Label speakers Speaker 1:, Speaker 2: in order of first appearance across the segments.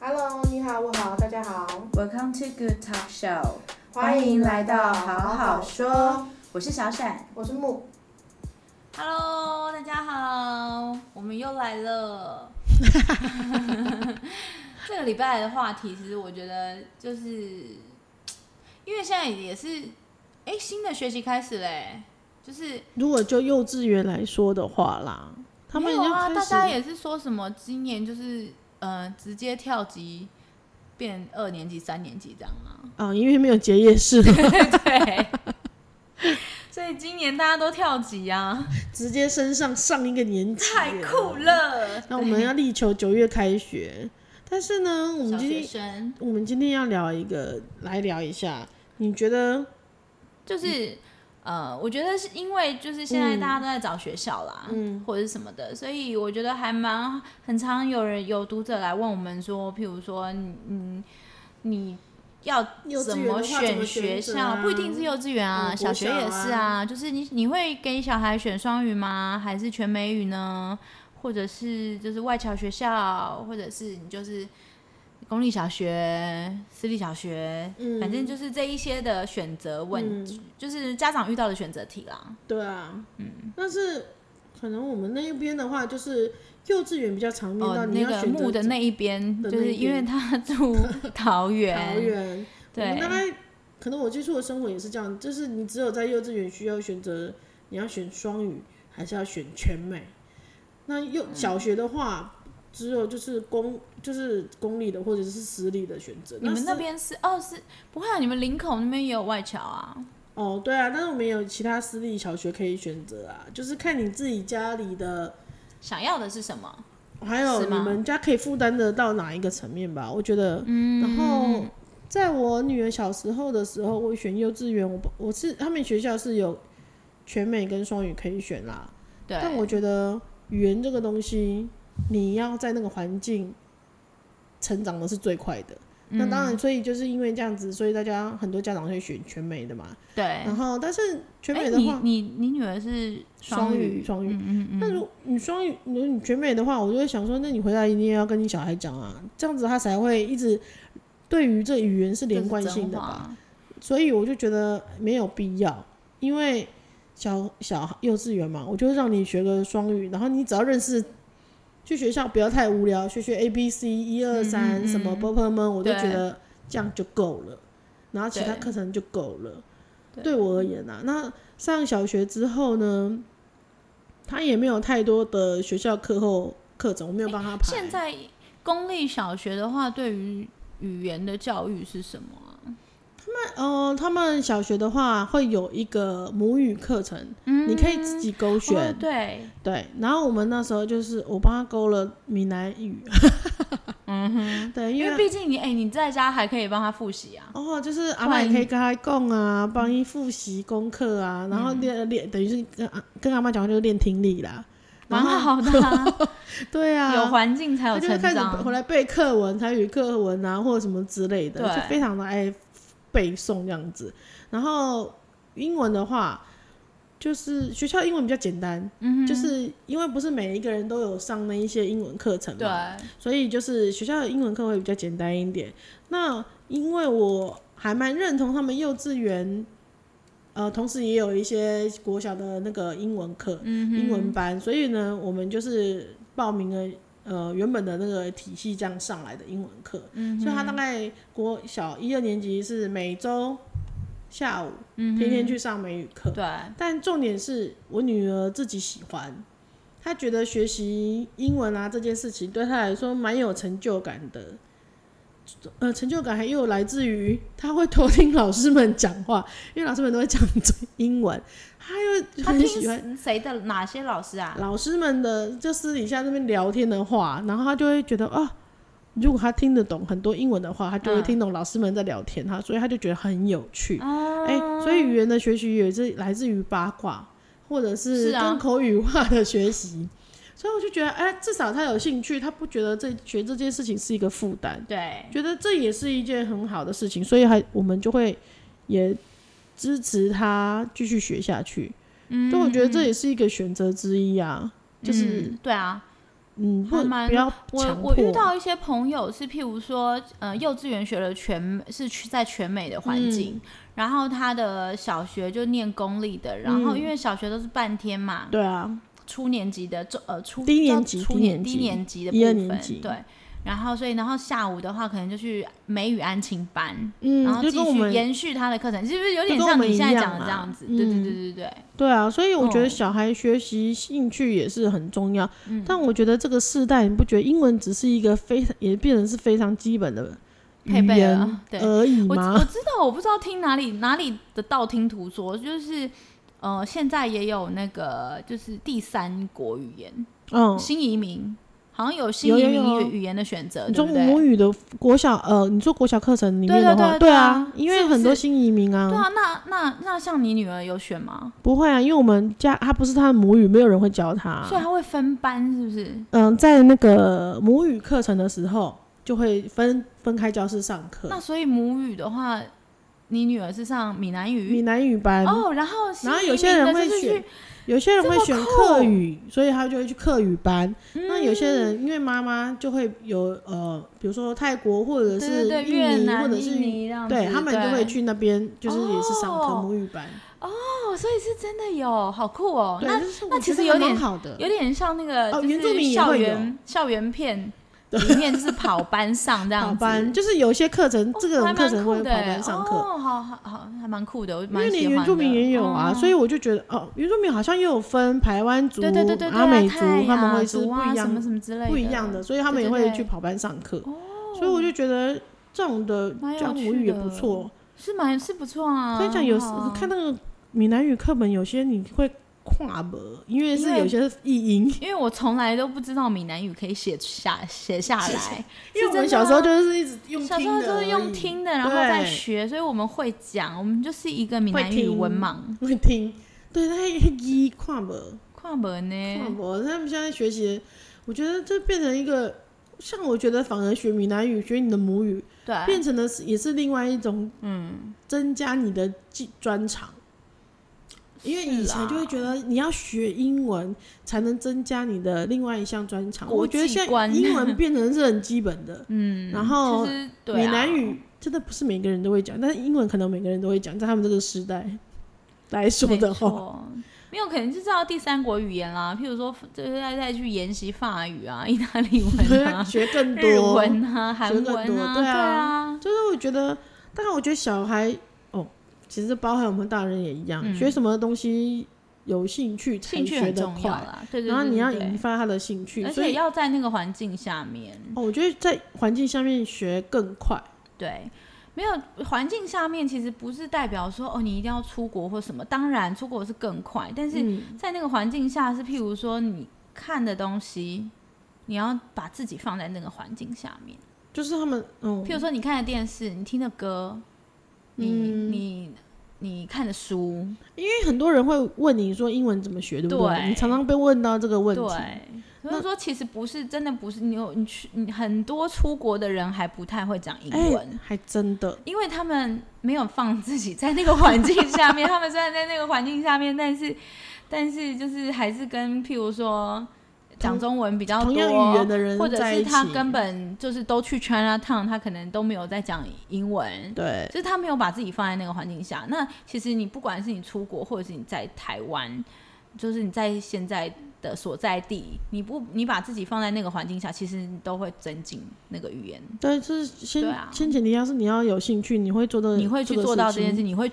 Speaker 1: Hello，你好，我好，大家好，
Speaker 2: Welcome to Good Talk Show，
Speaker 1: 欢迎来到
Speaker 2: 好
Speaker 1: 好
Speaker 2: 好
Speaker 1: 说
Speaker 2: 说。我是小闪，
Speaker 1: 我是木，
Speaker 3: Hello，大家好，我们又来了。 这个礼拜的话题，其实我觉得就是，因为现在也是，哎，新的学期开始嘞，就是
Speaker 4: 如果就幼稚园来说的话啦，他们已
Speaker 3: 没
Speaker 4: 经
Speaker 3: 有啊，
Speaker 4: 开
Speaker 3: 大
Speaker 4: 始，
Speaker 3: 家也是说什么今年就是，嗯、直接跳级变二年级、三年级这样 啊。
Speaker 4: 啊，因为没有结业式了，
Speaker 3: 对，所以今年大家都跳级啊，
Speaker 4: 直接升 上上一个年级，
Speaker 3: 太酷。了。
Speaker 4: 那我们要力求九月开学，但是呢，我
Speaker 3: 小
Speaker 4: 们今
Speaker 3: 学
Speaker 4: 天
Speaker 3: 生。
Speaker 4: 我们今天要聊一个，来聊一下，你觉得
Speaker 3: 就是、呃，我觉得是因为就是现在大家都在找学校啦，嗯，或者是什么的，所以我觉得还蛮很常有人有读者来问我们说，譬如说你你你要
Speaker 4: 幼稚
Speaker 3: 怎
Speaker 4: 园的话
Speaker 3: 么
Speaker 4: 怎么
Speaker 3: 学
Speaker 4: 选择
Speaker 3: 校？
Speaker 4: 啊
Speaker 3: 不一定是幼稚园啊，
Speaker 4: 嗯
Speaker 3: 小
Speaker 4: 国
Speaker 3: 学
Speaker 4: 小
Speaker 3: 也是
Speaker 4: 啊
Speaker 3: 啊，就是你你会给小孩选双语吗？还是全美语呢？或者是就是外侨学校，或者是你就是公立小学、私立小学，
Speaker 4: 嗯
Speaker 3: 反正就是这一些的选择问，
Speaker 4: 嗯
Speaker 3: 就是家长遇到的选择题啦。
Speaker 4: 对啊，嗯，但是可能我们那边的话，就是幼稚园比较常面到
Speaker 3: 哦，
Speaker 4: 你
Speaker 3: 那
Speaker 4: 要
Speaker 3: 个
Speaker 4: 选
Speaker 3: 木
Speaker 4: 择
Speaker 3: 的
Speaker 4: 怎
Speaker 3: 那一边，
Speaker 4: 的
Speaker 3: 就
Speaker 4: 那
Speaker 3: 是
Speaker 4: 一
Speaker 3: 因为
Speaker 4: 边
Speaker 3: 他 住桃
Speaker 4: 桃
Speaker 3: 园，
Speaker 4: 园，我
Speaker 3: 对
Speaker 4: 们大概可能我接触的生活也是这样，就是你只有在幼稚园需要选择你要选双语还是要选全美。那幼小学的话，只有就是公就是公立的或者是私立的选择。
Speaker 3: 你们
Speaker 4: 私
Speaker 3: 那边是哦是不会啊，你们林口那边也有外侨啊。
Speaker 4: 哦，对啊，但是我们有其他私立小学可以选择啊，就是看你自己家里的，
Speaker 3: 想要的是什么？
Speaker 4: 还有
Speaker 3: 是
Speaker 4: 你
Speaker 3: 吗
Speaker 4: 们家可以负担得到哪一个层面吧。我觉得，
Speaker 3: 嗯
Speaker 4: 然后在我女儿小时候的时候，我选幼稚园，我不我是他们学校是有全美跟双语可以选啦。
Speaker 3: 对，
Speaker 4: 但我觉得语言这个东西，你要在那个环境成长的是最快的。
Speaker 3: 嗯
Speaker 4: 那当然，所以就是因为这样子，所以大家很多家长会选全美的嘛。
Speaker 3: 对。
Speaker 4: 然后，但是全美
Speaker 3: 哎
Speaker 4: 嗯的
Speaker 3: 你
Speaker 4: 话，
Speaker 3: 你你女儿是双
Speaker 4: 语双语。
Speaker 3: 嗯嗯
Speaker 4: 那如你双语，如果你全美的话，我就会想说，那你回来一定要跟你小孩讲啊，这样子他才会一直对于这语言是
Speaker 3: 嗯，
Speaker 4: 连
Speaker 3: 这
Speaker 4: 贯
Speaker 3: 是真
Speaker 4: 性的吧。
Speaker 3: 话。
Speaker 4: 所以我就觉得没有必要，因为小小幼稚园嘛，我就让你学个双语，然后你只要认识，去学校不要太无聊，学学 A B C 一二
Speaker 3: 嗯
Speaker 4: 三什么 b u b 们，我就觉
Speaker 3: 对
Speaker 4: 得这样就够了，然后其他
Speaker 3: 对
Speaker 4: 课程就够了。
Speaker 3: 对
Speaker 4: 对我而言啊，那上小学之后呢，他也没有太多的学校课后课程，我没有帮他排。
Speaker 3: 现在公立小学的话，对于语言的教育是什么啊？
Speaker 4: 呃，他们小学的话会有一个母语课程，你可以自己勾选。
Speaker 3: 哦、对，
Speaker 4: 对，然后我们那时候就是我帮他勾了闽南语，嗯哼，对，因
Speaker 3: 因为
Speaker 4: 为
Speaker 3: 毕竟你哎、你在家还可以帮他复习啊。
Speaker 4: 哦，就是阿妈也可以跟他共啊，帮他复习功课啊，然后练练，等于是跟阿跟阿妈讲话就是练听力啦，然
Speaker 3: 蛮
Speaker 4: 后
Speaker 3: 好的、啊，
Speaker 4: 对啊，
Speaker 3: 有环境才有
Speaker 4: 他就是
Speaker 3: 成
Speaker 4: 开始回
Speaker 3: 长。
Speaker 4: 来背课文、台语课文啊，或者什么之类的，
Speaker 3: 对
Speaker 4: 就非常的爱背诵这样子。然后英文的话，就是学校英文比较简单，嗯、就是因为不是每一个人都有上那一些英文课程
Speaker 3: 对，
Speaker 4: 嘛，所以就是学校的英文课会比较简单一点。那因为我还蛮认同他们幼稚园，呃，同时也有一些国小的那个英文课、
Speaker 3: 嗯
Speaker 4: 英文班，所以呢，我们就是报名了呃原本的那个体系这样上来的英文课。所以他大概国小一二年级是每周下午、天天去上美语课。
Speaker 3: 对，
Speaker 4: 但重点是我女儿自己喜欢，她觉得学习英文啊这件事情对她来说蛮有成就感的。呃，成就感还又来自于她会偷听老师们讲话，因为老师们都会讲英文，她又
Speaker 3: 他
Speaker 4: 很喜欢
Speaker 3: 听谁的哪些老师啊？
Speaker 4: 老师们的就私底下那边聊天的话，然后她就会觉得啊，如果她听得懂很多英文的话，她就会
Speaker 3: 嗯
Speaker 4: 听懂老师们在聊天哈，所以她就觉得很有趣。
Speaker 3: 啊
Speaker 4: 哎、所以语言的学习也是来自于八卦，或者是
Speaker 3: 是啊
Speaker 4: 跟口语化的学习。所以我就觉得，哎、至少他有兴趣，他不觉得这学这件事情是一个负担，
Speaker 3: 对，
Speaker 4: 觉得这也是一件很好的事情，所以还我们就会也支持他继续
Speaker 3: 嗯
Speaker 4: 学下去。所以我觉得这也是一个选择之一啊，就是
Speaker 3: 嗯对啊。
Speaker 4: 嗯，不
Speaker 3: 还蛮
Speaker 4: 不要
Speaker 3: 我
Speaker 4: 强迫。
Speaker 3: 我遇到一些朋友是，譬如说，呃，幼稚园学了全是去在全美的环
Speaker 4: 嗯
Speaker 3: 境，然后他的小学就念公立的，然
Speaker 4: 嗯
Speaker 3: 后因为小学都是半天嘛，
Speaker 4: 对啊，
Speaker 3: 初年级的中呃初
Speaker 4: 低年
Speaker 3: 叫
Speaker 4: 级
Speaker 3: 初
Speaker 4: 低
Speaker 3: 年
Speaker 4: 年
Speaker 3: 低
Speaker 4: 级
Speaker 3: 年级的部
Speaker 4: 一二
Speaker 3: 分
Speaker 4: 年级
Speaker 3: 对，然后所以然后下午的话，可能就去美语安亲班。然
Speaker 4: 嗯，
Speaker 3: 后
Speaker 4: 就
Speaker 3: 继
Speaker 4: 跟我
Speaker 3: 续
Speaker 4: 们
Speaker 3: 延续他的课程，是不是有
Speaker 4: 就
Speaker 3: 点
Speaker 4: 跟我
Speaker 3: 像
Speaker 4: 们
Speaker 3: 你
Speaker 4: 一
Speaker 3: 现在
Speaker 4: 样
Speaker 3: 讲的这
Speaker 4: 啊
Speaker 3: 样子？对对
Speaker 4: 嗯
Speaker 3: 对对对，
Speaker 4: 对啊，所以我觉得
Speaker 3: 哦嗯
Speaker 4: 小孩学习兴趣也是很重要。但我觉得这个世代，你不觉得英文只是一个非常也变成是非常基本的语
Speaker 3: 配备
Speaker 4: 言呃
Speaker 3: 了对
Speaker 4: 而已
Speaker 3: 我我
Speaker 4: 吗？
Speaker 3: 知道，我不知道听哪里哪里的道听途说，就是呃，现在也有那个就是第三国语言，
Speaker 4: 嗯，
Speaker 3: 新移民好像有新
Speaker 4: 有
Speaker 3: 移
Speaker 4: 有
Speaker 3: 民
Speaker 4: 有
Speaker 3: 语语言的选择，
Speaker 4: 你
Speaker 3: 对
Speaker 4: 说
Speaker 3: 不
Speaker 4: 母
Speaker 3: 对？
Speaker 4: 语的国小呃，你说国小课程里
Speaker 3: 对
Speaker 4: 面的
Speaker 3: 对
Speaker 4: 话，
Speaker 3: 对对
Speaker 4: 啊
Speaker 3: 啊，
Speaker 4: 因
Speaker 3: 是
Speaker 4: 为
Speaker 3: 不
Speaker 4: 很多
Speaker 3: 是
Speaker 4: 新移民
Speaker 3: 对
Speaker 4: 啊，
Speaker 3: 啊，那那那像你女儿有选吗？
Speaker 4: 不会啊，因为我们家她不是她的母语，没有人会教她。
Speaker 3: 所以她会分班，是不是？
Speaker 4: 嗯，在那个母语课程的时候，就会分分开教室上课，
Speaker 3: 那所以母语的话，你女儿是上闽南
Speaker 4: 闽
Speaker 3: 语
Speaker 4: 南语班，
Speaker 3: 哦，然后新
Speaker 4: 然后
Speaker 3: 移
Speaker 4: 有些
Speaker 3: 民
Speaker 4: 人
Speaker 3: 的
Speaker 4: 会
Speaker 3: 就是去
Speaker 4: 选有些人
Speaker 3: 这
Speaker 4: 会
Speaker 3: 么
Speaker 4: 选
Speaker 3: 酷
Speaker 4: 课语，所以他就会去课语班。那有些人因为妈妈就会有呃，比如说泰国或者
Speaker 3: 对
Speaker 4: 是
Speaker 3: 嗯对对
Speaker 4: 印
Speaker 3: 越
Speaker 4: 尼
Speaker 3: 南
Speaker 4: 或者
Speaker 3: 印
Speaker 4: 是
Speaker 3: 尼这样子，
Speaker 4: 对他们就会去那边，就是也是上课
Speaker 3: 哦
Speaker 4: 母语班。
Speaker 3: 哦，所以是真的有，好酷哦。
Speaker 4: 对，
Speaker 3: 那
Speaker 4: 就是我
Speaker 3: 那
Speaker 4: 觉
Speaker 3: 其实
Speaker 4: 得还
Speaker 3: 有
Speaker 4: 蛮
Speaker 3: 点
Speaker 4: 好的，
Speaker 3: 有点像那个
Speaker 4: 哦
Speaker 3: 就
Speaker 4: 原住
Speaker 3: 是
Speaker 4: 民也
Speaker 3: 校
Speaker 4: 会有
Speaker 3: 园校园片里面就是跑班上这样
Speaker 4: 好
Speaker 3: 子，
Speaker 4: 班就是有些课程
Speaker 3: 哦
Speaker 4: 这种
Speaker 3: 还
Speaker 4: 课
Speaker 3: 蛮
Speaker 4: 程
Speaker 3: 酷
Speaker 4: 会跑
Speaker 3: 的欸
Speaker 4: 班上课。
Speaker 3: 哦，好好好，还蛮酷的，我
Speaker 4: 因为
Speaker 3: 蛮喜
Speaker 4: 连
Speaker 3: 欢
Speaker 4: 原住民
Speaker 3: 的
Speaker 4: 也有啊，
Speaker 3: 哦
Speaker 4: 所以我就觉得哦，原住民好像也有分排湾族、
Speaker 3: 对对对对对啊，
Speaker 4: 阿美族，
Speaker 3: 泰
Speaker 4: 他们
Speaker 3: 雅
Speaker 4: 会是
Speaker 3: 族
Speaker 4: 不
Speaker 3: 啊
Speaker 4: 一
Speaker 3: 什
Speaker 4: 样
Speaker 3: 么什么之类
Speaker 4: 不一样的，，所以他们
Speaker 3: 对
Speaker 4: 也
Speaker 3: 对
Speaker 4: 会
Speaker 3: 对
Speaker 4: 去跑班上课。
Speaker 3: 哦
Speaker 4: 所以我就觉得这种的
Speaker 3: 蛮有
Speaker 4: 教母语
Speaker 3: 趣
Speaker 4: 也
Speaker 3: 的
Speaker 4: 不错。
Speaker 3: 是蛮是不错啊。
Speaker 4: 跟你讲，有时
Speaker 3: 很好啊
Speaker 4: 看那个闽南语课本，有些你会跨不，因为是
Speaker 3: 因为
Speaker 4: 有些是译音。
Speaker 3: 因为我从来都不知道闽南语可以写下写下来，
Speaker 4: 因为我
Speaker 3: 真
Speaker 4: 们
Speaker 3: 的
Speaker 4: 小时候
Speaker 3: 啊
Speaker 4: 就是一直 用
Speaker 3: 小时
Speaker 4: 听
Speaker 3: 候
Speaker 4: 的，
Speaker 3: 就是用，听的，然后
Speaker 4: 对
Speaker 3: 再学，所以我们会讲，我们就是一个闽
Speaker 4: 会
Speaker 3: 南语
Speaker 4: 听
Speaker 3: 文盲。
Speaker 4: 会听。对，他一跨不
Speaker 3: 跨门
Speaker 4: 跨
Speaker 3: 呢？
Speaker 4: 不，他们现在学习，我觉得这变成一个，像我觉得反而学闽南语，学你的母语，
Speaker 3: 对，啊
Speaker 4: 变成的是也是另外一种，嗯，增加你的技专长。因为以
Speaker 3: 是啊
Speaker 4: 前就会
Speaker 3: 啦
Speaker 4: 觉得你要学英文才能增加你的另外一项专长，
Speaker 3: 国
Speaker 4: 我觉得
Speaker 3: 际
Speaker 4: 现在
Speaker 3: 观
Speaker 4: 英文变成是很基本的，
Speaker 3: 嗯，
Speaker 4: 然后
Speaker 3: 其实对啊
Speaker 4: 哦闽南语真的不是每个人都会讲，但是英文可能每个人都会讲，在他们这个时代来说
Speaker 3: 没
Speaker 4: 的话，、
Speaker 3: 错，没有，可能就是要第三国语言啦，譬如说，就是再再去研习法语啊、意大利文啊
Speaker 4: 学更
Speaker 3: 日
Speaker 4: 多。
Speaker 3: 文啊、韩文
Speaker 4: 学更多
Speaker 3: 啊，
Speaker 4: 对
Speaker 3: 对
Speaker 4: 啊
Speaker 3: 啊，
Speaker 4: 就是我觉得，但我觉得小孩哦，其实包含我们大人也一样，
Speaker 3: 嗯
Speaker 4: 学什么东西有兴趣才
Speaker 3: 兴趣
Speaker 4: 学
Speaker 3: 很
Speaker 4: 得
Speaker 3: 重要
Speaker 4: 快，
Speaker 3: 啦，对对对
Speaker 4: 然后你要
Speaker 3: 对对
Speaker 4: 引发他的兴趣，
Speaker 3: 而
Speaker 4: 所
Speaker 3: 且
Speaker 4: 以
Speaker 3: 要在那个环境下面，
Speaker 4: 哦，我觉得在环境下面学更快。
Speaker 3: 对。没有环境下面，其实不是代表说哦，你一定要出国或什么。当然，出国是更快，但是
Speaker 4: 嗯，
Speaker 3: 在那个环境下，是譬如说你看的东西，你要把自己放在那个环境下面。
Speaker 4: 就是他们嗯，
Speaker 3: 譬如说，你看的电视，你听的歌，你、
Speaker 4: 嗯
Speaker 3: 你你看的书，
Speaker 4: 因为很多人会问你说英文怎么学，对不
Speaker 3: 对
Speaker 4: 你常常被问到这个问
Speaker 3: 对
Speaker 4: 题。。
Speaker 3: 所以说，其实不是真的，不是你有你去你很多出国的人还不太会讲英
Speaker 4: 哎、
Speaker 3: 文，
Speaker 4: 还真的，
Speaker 3: 因为他们没有放自己在那个环境下面。他 们虽然在那个环境下面，但是但是就是还是跟譬如说讲中文比较多，
Speaker 4: 同样语言的人
Speaker 3: 或者
Speaker 4: 在
Speaker 3: 是
Speaker 4: 一起，
Speaker 3: 他根本就是都去 China Town，他可能都没有在讲英文，
Speaker 4: 对
Speaker 3: 就是他没有把自己放在那个环境下。那其实你不管是你出国，或者是你在台湾，就是你在现在的所在地，你不你把自己放在那个环境下，其实你都会增进那个语言，
Speaker 4: 但是先、
Speaker 3: 对啊
Speaker 4: 先前提要是你要有兴趣，你会做的，
Speaker 3: 你会去做到这件事，
Speaker 4: 情。
Speaker 3: 你会。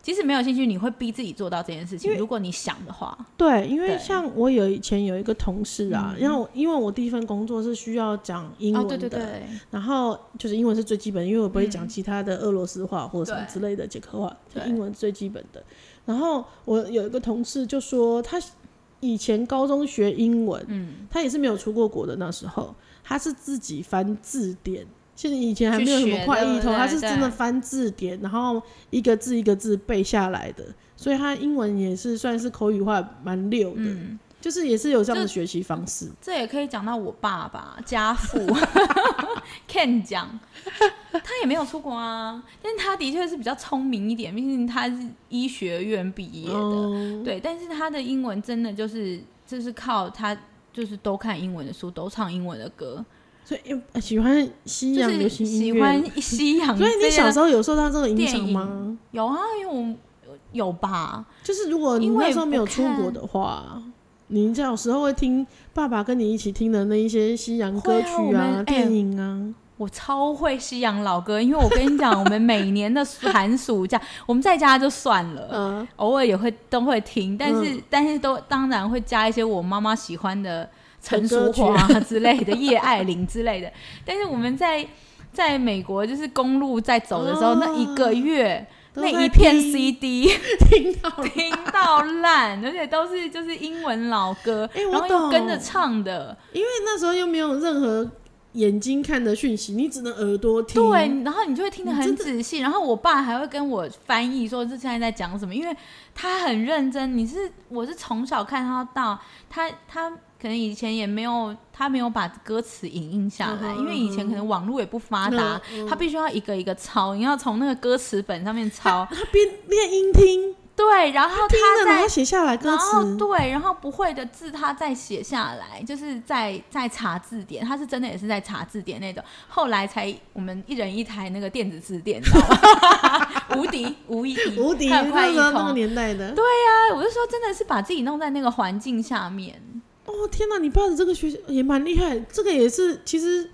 Speaker 3: 即使没有兴趣，你会逼自己做到这件事情。如果你想的话，
Speaker 4: 对，因为
Speaker 3: 对嗯
Speaker 4: 像我有以前有一个同事啊，然后我因为我第一份工作是需要讲英
Speaker 3: 哦，
Speaker 4: 文的，
Speaker 3: 对对对，
Speaker 4: 然后就是英文是最基本的，因为我不会讲其他的俄罗斯话或者什么
Speaker 3: 对
Speaker 4: 之类的捷克话，就
Speaker 3: 嗯对
Speaker 4: 英文最基本的。然后我有一个同事就说，他以前高中学英文，
Speaker 3: 嗯，
Speaker 4: 他也是没有出过国的，那时候他是自己翻字典。现在以前还
Speaker 3: 去
Speaker 4: 没有什么
Speaker 3: 学
Speaker 4: 快
Speaker 3: 对
Speaker 4: 译
Speaker 3: 不
Speaker 4: 通，
Speaker 3: 对
Speaker 4: 他是真的
Speaker 3: 对
Speaker 4: 翻字典，然后一个字一个字背下来的，所以他英文也是算是口语化蛮溜的，
Speaker 3: 嗯
Speaker 4: 就是也是有这样的
Speaker 3: 就
Speaker 4: 学习方式。
Speaker 3: 这也可以讲到我爸爸家父 Ken 讲，他也没有出国啊，但他的确是比较聪明一点，毕竟他是医学院毕业的，
Speaker 4: 嗯，
Speaker 3: 对，但是他的英文真的就是就是靠他就是都看英文的书，都唱英文的歌，
Speaker 4: 所以呃喜欢西
Speaker 3: 就
Speaker 4: 洋流
Speaker 3: 是
Speaker 4: 行音
Speaker 3: 喜
Speaker 4: 乐。
Speaker 3: 欢 西洋这
Speaker 4: 所
Speaker 3: 样。
Speaker 4: 以你小时候有受到这个影
Speaker 3: 电
Speaker 4: 响
Speaker 3: 影
Speaker 4: 吗？
Speaker 3: 有啊，因为我有吧，
Speaker 4: 就是如果你
Speaker 3: 因为
Speaker 4: 那时候没有出
Speaker 3: 不
Speaker 4: 国
Speaker 3: 看
Speaker 4: 的话，你小时候会听爸爸跟你一起听的那一些西洋歌
Speaker 3: 会啊
Speaker 4: 曲
Speaker 3: 我
Speaker 4: 啊、
Speaker 3: 们哎
Speaker 4: 电影啊。
Speaker 3: 我超会西洋老歌，因为我跟你讲，我们每年的寒暑 假，我们在家就算了，
Speaker 4: 嗯，
Speaker 3: 偶尔也会都会听，但是、但是都当然会加一些我妈妈喜欢的陈淑桦啊之类的、叶爱玲之类的。但是我们在在美国就是公路在走的时候，
Speaker 4: 哦
Speaker 3: 那一个月
Speaker 4: 都
Speaker 3: 那
Speaker 4: 在
Speaker 3: 一片
Speaker 4: 听
Speaker 3: CD
Speaker 4: 听到了。
Speaker 3: 听到烂，而且都是就是英文老歌，
Speaker 4: 哎我
Speaker 3: 然后又
Speaker 4: 懂
Speaker 3: 跟着唱的，
Speaker 4: 因为那时候又没有任何眼睛看的讯息，你只能耳朵听。
Speaker 3: 对，然后你就会听得
Speaker 4: 你
Speaker 3: 很
Speaker 4: 真的
Speaker 3: 仔细，然后我爸还会跟我翻译说这现在在讲什么，因为他很认真。你是我是从小看他到他他可能以前也没有他没有把歌词影印下来，
Speaker 4: 嗯哼
Speaker 3: 因为以前可能网络也不发
Speaker 4: 嗯
Speaker 3: 达，他必须要一个一个抄，你要从那个歌词本上面抄。
Speaker 4: 他边练音听，
Speaker 3: 对，然后
Speaker 4: 听
Speaker 3: 他
Speaker 4: 了然
Speaker 3: 在
Speaker 4: 后写下来歌
Speaker 3: 然后
Speaker 4: 词。
Speaker 3: 对，然后不会的字他再写下来，就是在在查字典，他是真的也是在查字典那种。后来才我们一人一台那个电子字典，你知道 吗？无敌无敌
Speaker 4: 无敌，
Speaker 3: 还有快
Speaker 4: 那
Speaker 3: 译
Speaker 4: 时候那个
Speaker 3: 通。对
Speaker 4: 年代的。
Speaker 3: 啊，我就说真的是把自己弄在那个环境下面，
Speaker 4: 哦天哪，你爸的这个学习也蛮厉害，这个也是其实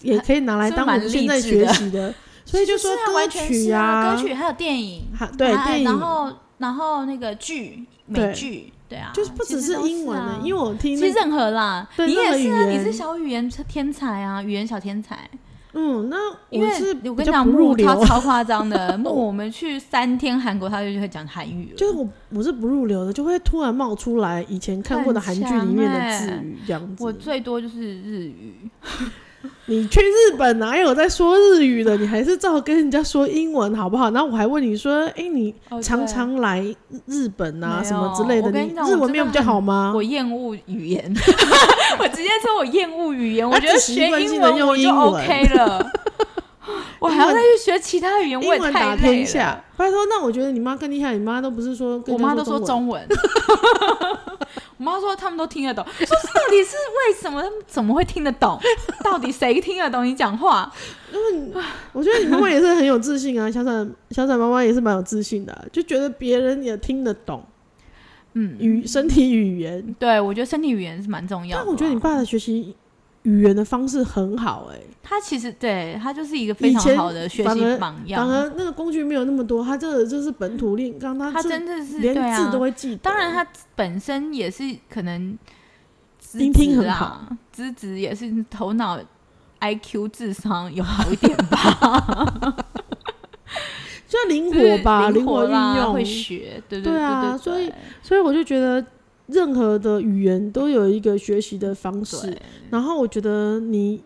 Speaker 4: 也可以拿来
Speaker 3: 是不是
Speaker 4: 当我们
Speaker 3: 蛮
Speaker 4: 现在
Speaker 3: 励志
Speaker 4: 学
Speaker 3: 的
Speaker 4: 习的。所以就是说
Speaker 3: 啊
Speaker 4: 歌
Speaker 3: 完全
Speaker 4: 曲
Speaker 3: 是啊，
Speaker 4: 呀，
Speaker 3: 歌曲还有电影，
Speaker 4: 还对
Speaker 3: 还
Speaker 4: 电
Speaker 3: 然
Speaker 4: 影，
Speaker 3: 后然后那个剧
Speaker 4: 对
Speaker 3: 美剧，对啊，
Speaker 4: 就是不
Speaker 3: 其
Speaker 4: 只
Speaker 3: 实
Speaker 4: 是
Speaker 3: 都
Speaker 4: 英文
Speaker 3: 啊
Speaker 4: 的，因为我听
Speaker 3: 其
Speaker 4: 那
Speaker 3: 实任何啦，
Speaker 4: 对
Speaker 3: 你
Speaker 4: 任何
Speaker 3: 也是啊，你
Speaker 4: 语
Speaker 3: 是
Speaker 4: 言
Speaker 3: 小语言天才啊，语言小天才。
Speaker 4: 嗯，那
Speaker 3: 因为
Speaker 4: 我是
Speaker 3: 我
Speaker 4: 比
Speaker 3: 跟你
Speaker 4: 较
Speaker 3: 讲，
Speaker 4: 不
Speaker 3: 木
Speaker 4: 入
Speaker 3: 他
Speaker 4: 流，
Speaker 3: 超夸张的，木我们去三天韩国，他就会讲韩语了，
Speaker 4: 就是我我是不入流的，就会突然冒出来以前看过的韩剧里面的字语这样
Speaker 3: 我
Speaker 4: 子。
Speaker 3: 最多就是日语，
Speaker 4: 你去日本啊哪有在说日语的？你还是照跟人家说英文好不好？然后我还问你说，哎，你常常来日本啊
Speaker 3: 哦没有
Speaker 4: 什么之类的，
Speaker 3: 我跟你讲
Speaker 4: 日文没有比较好吗？
Speaker 3: 我厌恶语 言，我直接说我厌恶语言，我
Speaker 4: 他
Speaker 3: 觉得
Speaker 4: 只
Speaker 3: 学
Speaker 4: 习惯
Speaker 3: 英
Speaker 4: 性
Speaker 3: 文
Speaker 4: 地用
Speaker 3: 我就
Speaker 4: 英文
Speaker 3: OK 了，我还要再去学其他语言，我
Speaker 4: 英
Speaker 3: 也
Speaker 4: 文
Speaker 3: 太
Speaker 4: 打
Speaker 3: 累
Speaker 4: 天
Speaker 3: 了。
Speaker 4: 下，拜托，那我觉得你妈更厉害，你妈都不是说跟
Speaker 3: 我
Speaker 4: 人家
Speaker 3: 妈都说
Speaker 4: 文
Speaker 3: 中文， 我妈说他们都听得懂，说到底是为什么他们怎么会听得懂？到底谁听得懂你讲话？
Speaker 4: 我觉得你妈妈也是很有自信啊， 小闪小闪妈妈也是蛮有自信的啊、就觉得别人也听得懂
Speaker 3: 嗯，
Speaker 4: 语身体语言。
Speaker 3: 对，我觉得身体语言是蛮重要的啊。
Speaker 4: 但我觉得你爸的学习语言的方式很好、欸，
Speaker 3: 他其实对他就是一个非
Speaker 4: 以前
Speaker 3: 常好的学
Speaker 4: 反而
Speaker 3: 习榜
Speaker 4: 反
Speaker 3: 样，
Speaker 4: 而那个工具没有那么多，他这个就是本土练，刚刚
Speaker 3: 他
Speaker 4: 他
Speaker 3: 真的是
Speaker 4: 连
Speaker 3: 对
Speaker 4: 字
Speaker 3: 啊
Speaker 4: 都。会记得。
Speaker 3: 当然，他本身也是可能资
Speaker 4: 音听
Speaker 3: 质
Speaker 4: 很
Speaker 3: 啊，资质也是头脑 IQ 智商有好一点吧，
Speaker 4: 就 灵
Speaker 3: 就
Speaker 4: 活
Speaker 3: 是
Speaker 4: 吧，灵
Speaker 3: 灵
Speaker 4: 活运
Speaker 3: 啦，
Speaker 4: 用
Speaker 3: 会学，对
Speaker 4: 对
Speaker 3: 对对，
Speaker 4: 啊所以
Speaker 3: 对
Speaker 4: 所以我就觉得，任何的语言都有一个学习的方式
Speaker 3: 对。
Speaker 4: 然后我觉得你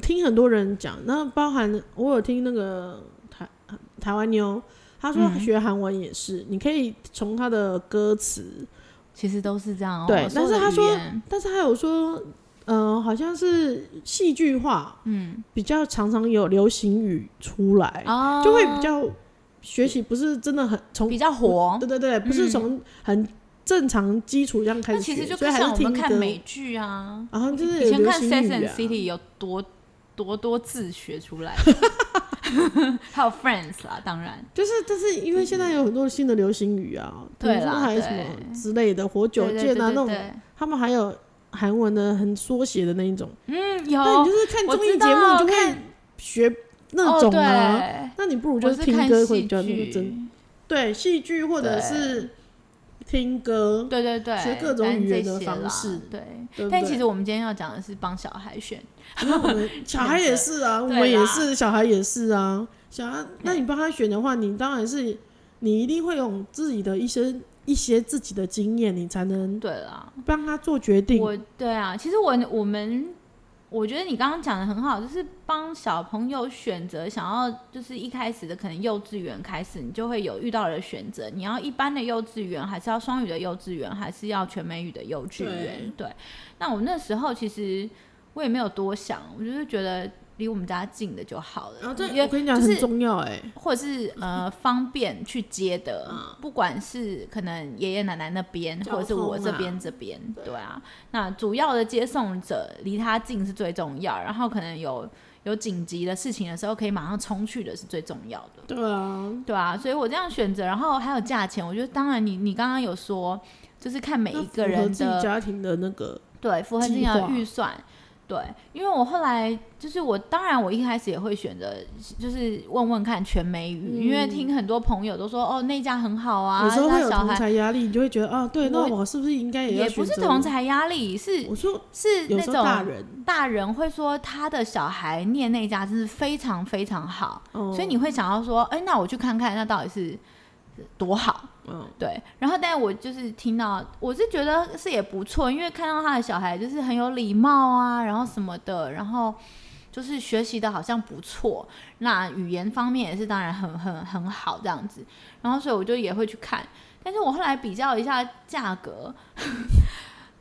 Speaker 4: 听很多人讲，那包含我有听那个台台湾妞，她说她
Speaker 3: 嗯
Speaker 4: 学韩文也是，你可以从她的歌词，
Speaker 3: 其实都是这样哦。
Speaker 4: 对
Speaker 3: 所有
Speaker 4: 但是
Speaker 3: 的
Speaker 4: 他
Speaker 3: 语
Speaker 4: 说
Speaker 3: 言
Speaker 4: 但是还有说，呃，好像是戏剧化
Speaker 3: 嗯
Speaker 4: 比较常常有流行语出来，
Speaker 3: 啊，
Speaker 4: 就会比较学习不是真的很从
Speaker 3: 哦比较活
Speaker 4: 对。对对，不是从很正常基础这样开
Speaker 3: 嗯那
Speaker 4: 始
Speaker 3: 其
Speaker 4: 学，
Speaker 3: 实就
Speaker 4: 所以还
Speaker 3: 像
Speaker 4: 是
Speaker 3: 我
Speaker 4: 听
Speaker 3: 们看
Speaker 4: 歌。
Speaker 3: 美剧啊，
Speaker 4: 然后就是
Speaker 3: 以
Speaker 4: 有
Speaker 3: 前
Speaker 4: 流
Speaker 3: 看《
Speaker 4: 行
Speaker 3: Sex
Speaker 4: 语
Speaker 3: and
Speaker 4: 啊
Speaker 3: City》有多多多字学出来， 还有 Friends 啦，当然
Speaker 4: 就是，但是因为现在有很多新的流行语啊，比如
Speaker 3: 嗯对
Speaker 4: 说
Speaker 3: 啦
Speaker 4: 还有什么之类的活久见啊
Speaker 3: 对对对
Speaker 4: 那种
Speaker 3: 对，对
Speaker 4: 他们还有韩文的很缩写的那一种。
Speaker 3: 嗯
Speaker 4: 那
Speaker 3: 有
Speaker 4: 你就是看
Speaker 3: 我
Speaker 4: 综艺
Speaker 3: 知
Speaker 4: 节
Speaker 3: 道
Speaker 4: 目你就
Speaker 3: 看
Speaker 4: 会学那种啊，
Speaker 3: 哦
Speaker 4: 那你不如
Speaker 3: 对，我
Speaker 4: 就
Speaker 3: 是
Speaker 4: 听
Speaker 3: 看
Speaker 4: 歌会
Speaker 3: 戏
Speaker 4: 比较那个
Speaker 3: 剧，
Speaker 4: 真。对，戏剧或
Speaker 3: 对
Speaker 4: 者是听歌，
Speaker 3: 对对对，
Speaker 4: 学各种
Speaker 3: 反正
Speaker 4: 语言
Speaker 3: 这
Speaker 4: 的
Speaker 3: 些
Speaker 4: 方
Speaker 3: 啦
Speaker 4: 式
Speaker 3: 对。
Speaker 4: 对不
Speaker 3: 但
Speaker 4: 对
Speaker 3: 其实我们今天要讲的是帮小孩选，
Speaker 4: 因为我们 小孩也是啊，我
Speaker 3: 对
Speaker 4: 们也
Speaker 3: 啦
Speaker 4: 是，小孩也是啊。小孩，那你帮他选的话，你当然是你一定会有自己的一些一些自己的经验，你才能
Speaker 3: 对啦，
Speaker 4: 帮他做决定。
Speaker 3: 我对啊，其实我我们我觉得你刚刚讲的很好，就是帮小朋友选择想要，就是一开始的可能幼稚园开始，你就会有遇到的选择，你要一般的幼稚园，还是要双语的幼稚园，还是要全美语的幼稚园？对，那我那时候其实我也没有多想，我就是觉得离我们家近的就好了。
Speaker 4: 然后哦这
Speaker 3: 因为
Speaker 4: 我跟你讲
Speaker 3: 就是
Speaker 4: 很重要哎、
Speaker 3: 或者是呃方便去接的，不管是可能爷爷奶奶那边，
Speaker 4: 嗯交
Speaker 3: 或者是我
Speaker 4: 通
Speaker 3: 这
Speaker 4: 啊
Speaker 3: 边这边，对啊。那主要的接送者离他近是最重要，然后可能有有紧急的事情的时候，可以马上冲去的是最重要的。
Speaker 4: 对啊，
Speaker 3: 对啊，所以我这样选择，然后还有价钱，我觉得当然你你刚刚有说，就是看每
Speaker 4: 那
Speaker 3: 一
Speaker 4: 符合
Speaker 3: 个人
Speaker 4: 自己
Speaker 3: 的
Speaker 4: 家庭的那个，
Speaker 3: 对符合自己
Speaker 4: 计划
Speaker 3: 的预算。对，因为我后来就是我，当然我一开始也会选择，就是问问看全美语，因为听很多朋友都说哦那家很好啊，
Speaker 4: 嗯有时候会
Speaker 3: 那
Speaker 4: 有
Speaker 3: 小
Speaker 4: 同
Speaker 3: 孩
Speaker 4: 才压力，你就会觉得啊，对，那
Speaker 3: 我
Speaker 4: 我是不是应该要
Speaker 3: 也
Speaker 4: 选
Speaker 3: 不
Speaker 4: 择？
Speaker 3: 是同，才压力，是
Speaker 4: 我说
Speaker 3: 是
Speaker 4: 有
Speaker 3: 那
Speaker 4: 时
Speaker 3: 种
Speaker 4: 候大人，
Speaker 3: 大人会说他的小孩念那家真是非常非常好，
Speaker 4: 哦
Speaker 3: 所以你会想要说，哎，那我去看看那到底是多好。
Speaker 4: 嗯，
Speaker 3: 对，然后但我就是听到，我是觉得是也不错，因为看到他的小孩就是很有礼貌啊，然后什么的，然后就是学习的好像不错，那语言方面也是当然很很很好这样子，然后所以我就也会去看，但是我后来比较一下价格。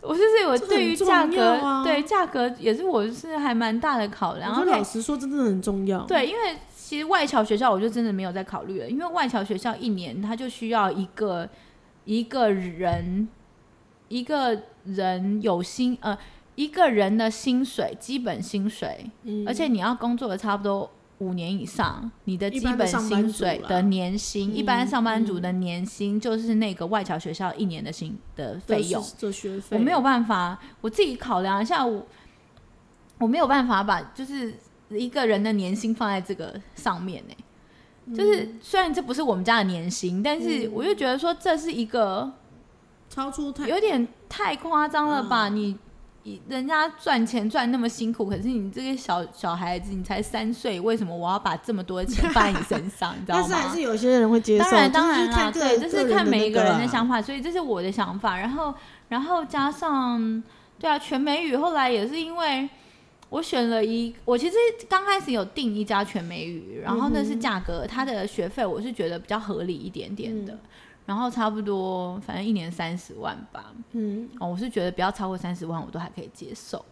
Speaker 3: 我就是我
Speaker 4: 这
Speaker 3: 对
Speaker 4: 很
Speaker 3: 于
Speaker 4: 重
Speaker 3: 价格，
Speaker 4: 要啊
Speaker 3: 对价格也是我是还蛮大的考量。
Speaker 4: 我
Speaker 3: 然
Speaker 4: 说
Speaker 3: 后
Speaker 4: 老实说，真的很重要。，
Speaker 3: 对，因为其实外侨学校我就真的没有在考虑了，因为外侨学校一年他就需要一个一个人一个人有薪呃一个人的薪水基本薪水，
Speaker 4: 嗯
Speaker 3: 而且你要工作的差不多。五年以上，你的
Speaker 4: 一
Speaker 3: 基
Speaker 4: 般的
Speaker 3: 本
Speaker 4: 上班
Speaker 3: 薪
Speaker 4: 族
Speaker 3: 水
Speaker 4: 啦
Speaker 3: 的年薪，一般
Speaker 4: 嗯
Speaker 3: 上班族
Speaker 4: 嗯
Speaker 3: 的年薪就是那个外侨学校一年的薪的费用。
Speaker 4: 这学费，
Speaker 3: 我没有办法，我自己考量一下，我我没有办法把就是一个人的年薪放在这个上面呢、就是虽然这不是我们家的年薪，但是我就觉得说这是一个
Speaker 4: 超出太
Speaker 3: 有点太夸张了吧？你你人家赚钱赚那么辛苦，可是你这个小小孩子，你才三岁，为什么我要把这么多的钱放在你身上？你知道
Speaker 4: 但
Speaker 3: 吗？
Speaker 4: 是还是有些人会接受，
Speaker 3: 当然，
Speaker 4: 就是
Speaker 3: 当然啦，
Speaker 4: 看个
Speaker 3: 对，这
Speaker 4: 个
Speaker 3: 是
Speaker 4: 人
Speaker 3: 看
Speaker 4: 的
Speaker 3: 每一
Speaker 4: 那
Speaker 3: 个人
Speaker 4: 啊
Speaker 3: 的想法，所以这是我的想法。然后，然后加上，对啊，全美语后来也是因为我选了一，我其实刚开始有订一家全美语，然后那
Speaker 4: 嗯
Speaker 3: 是价格，它的学费我是觉得比较合理一点点
Speaker 4: 嗯
Speaker 3: 的，然后差不多反正一年三十万吧，
Speaker 4: 嗯，
Speaker 3: 哦，我是觉得不要超过三十万，我都还可以接受。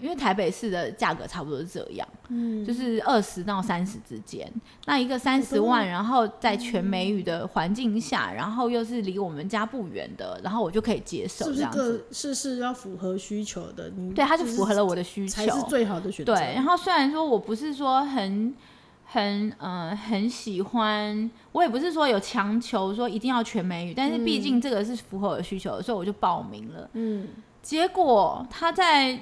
Speaker 3: 因为台北市的价格差不多是这样，嗯，就是二十到三十之间。那一个三十
Speaker 4: 哦
Speaker 3: 万，然后在全美语的环境下，然后又是离我们家不远的，然后我就可以接
Speaker 4: 是
Speaker 3: 受
Speaker 4: 不
Speaker 3: 这
Speaker 4: 是
Speaker 3: 样子。
Speaker 4: 个事事要符合需求的？你
Speaker 3: 对，它是
Speaker 4: 就是
Speaker 3: 符合了我的需求，
Speaker 4: 才是最好的选择。
Speaker 3: 对，然后虽然说我不是说很很嗯、呃很喜欢，我也不是说有强求说一定要全美语，但是毕竟这个是符合我的需求的，所以我就报名了。嗯，结果他在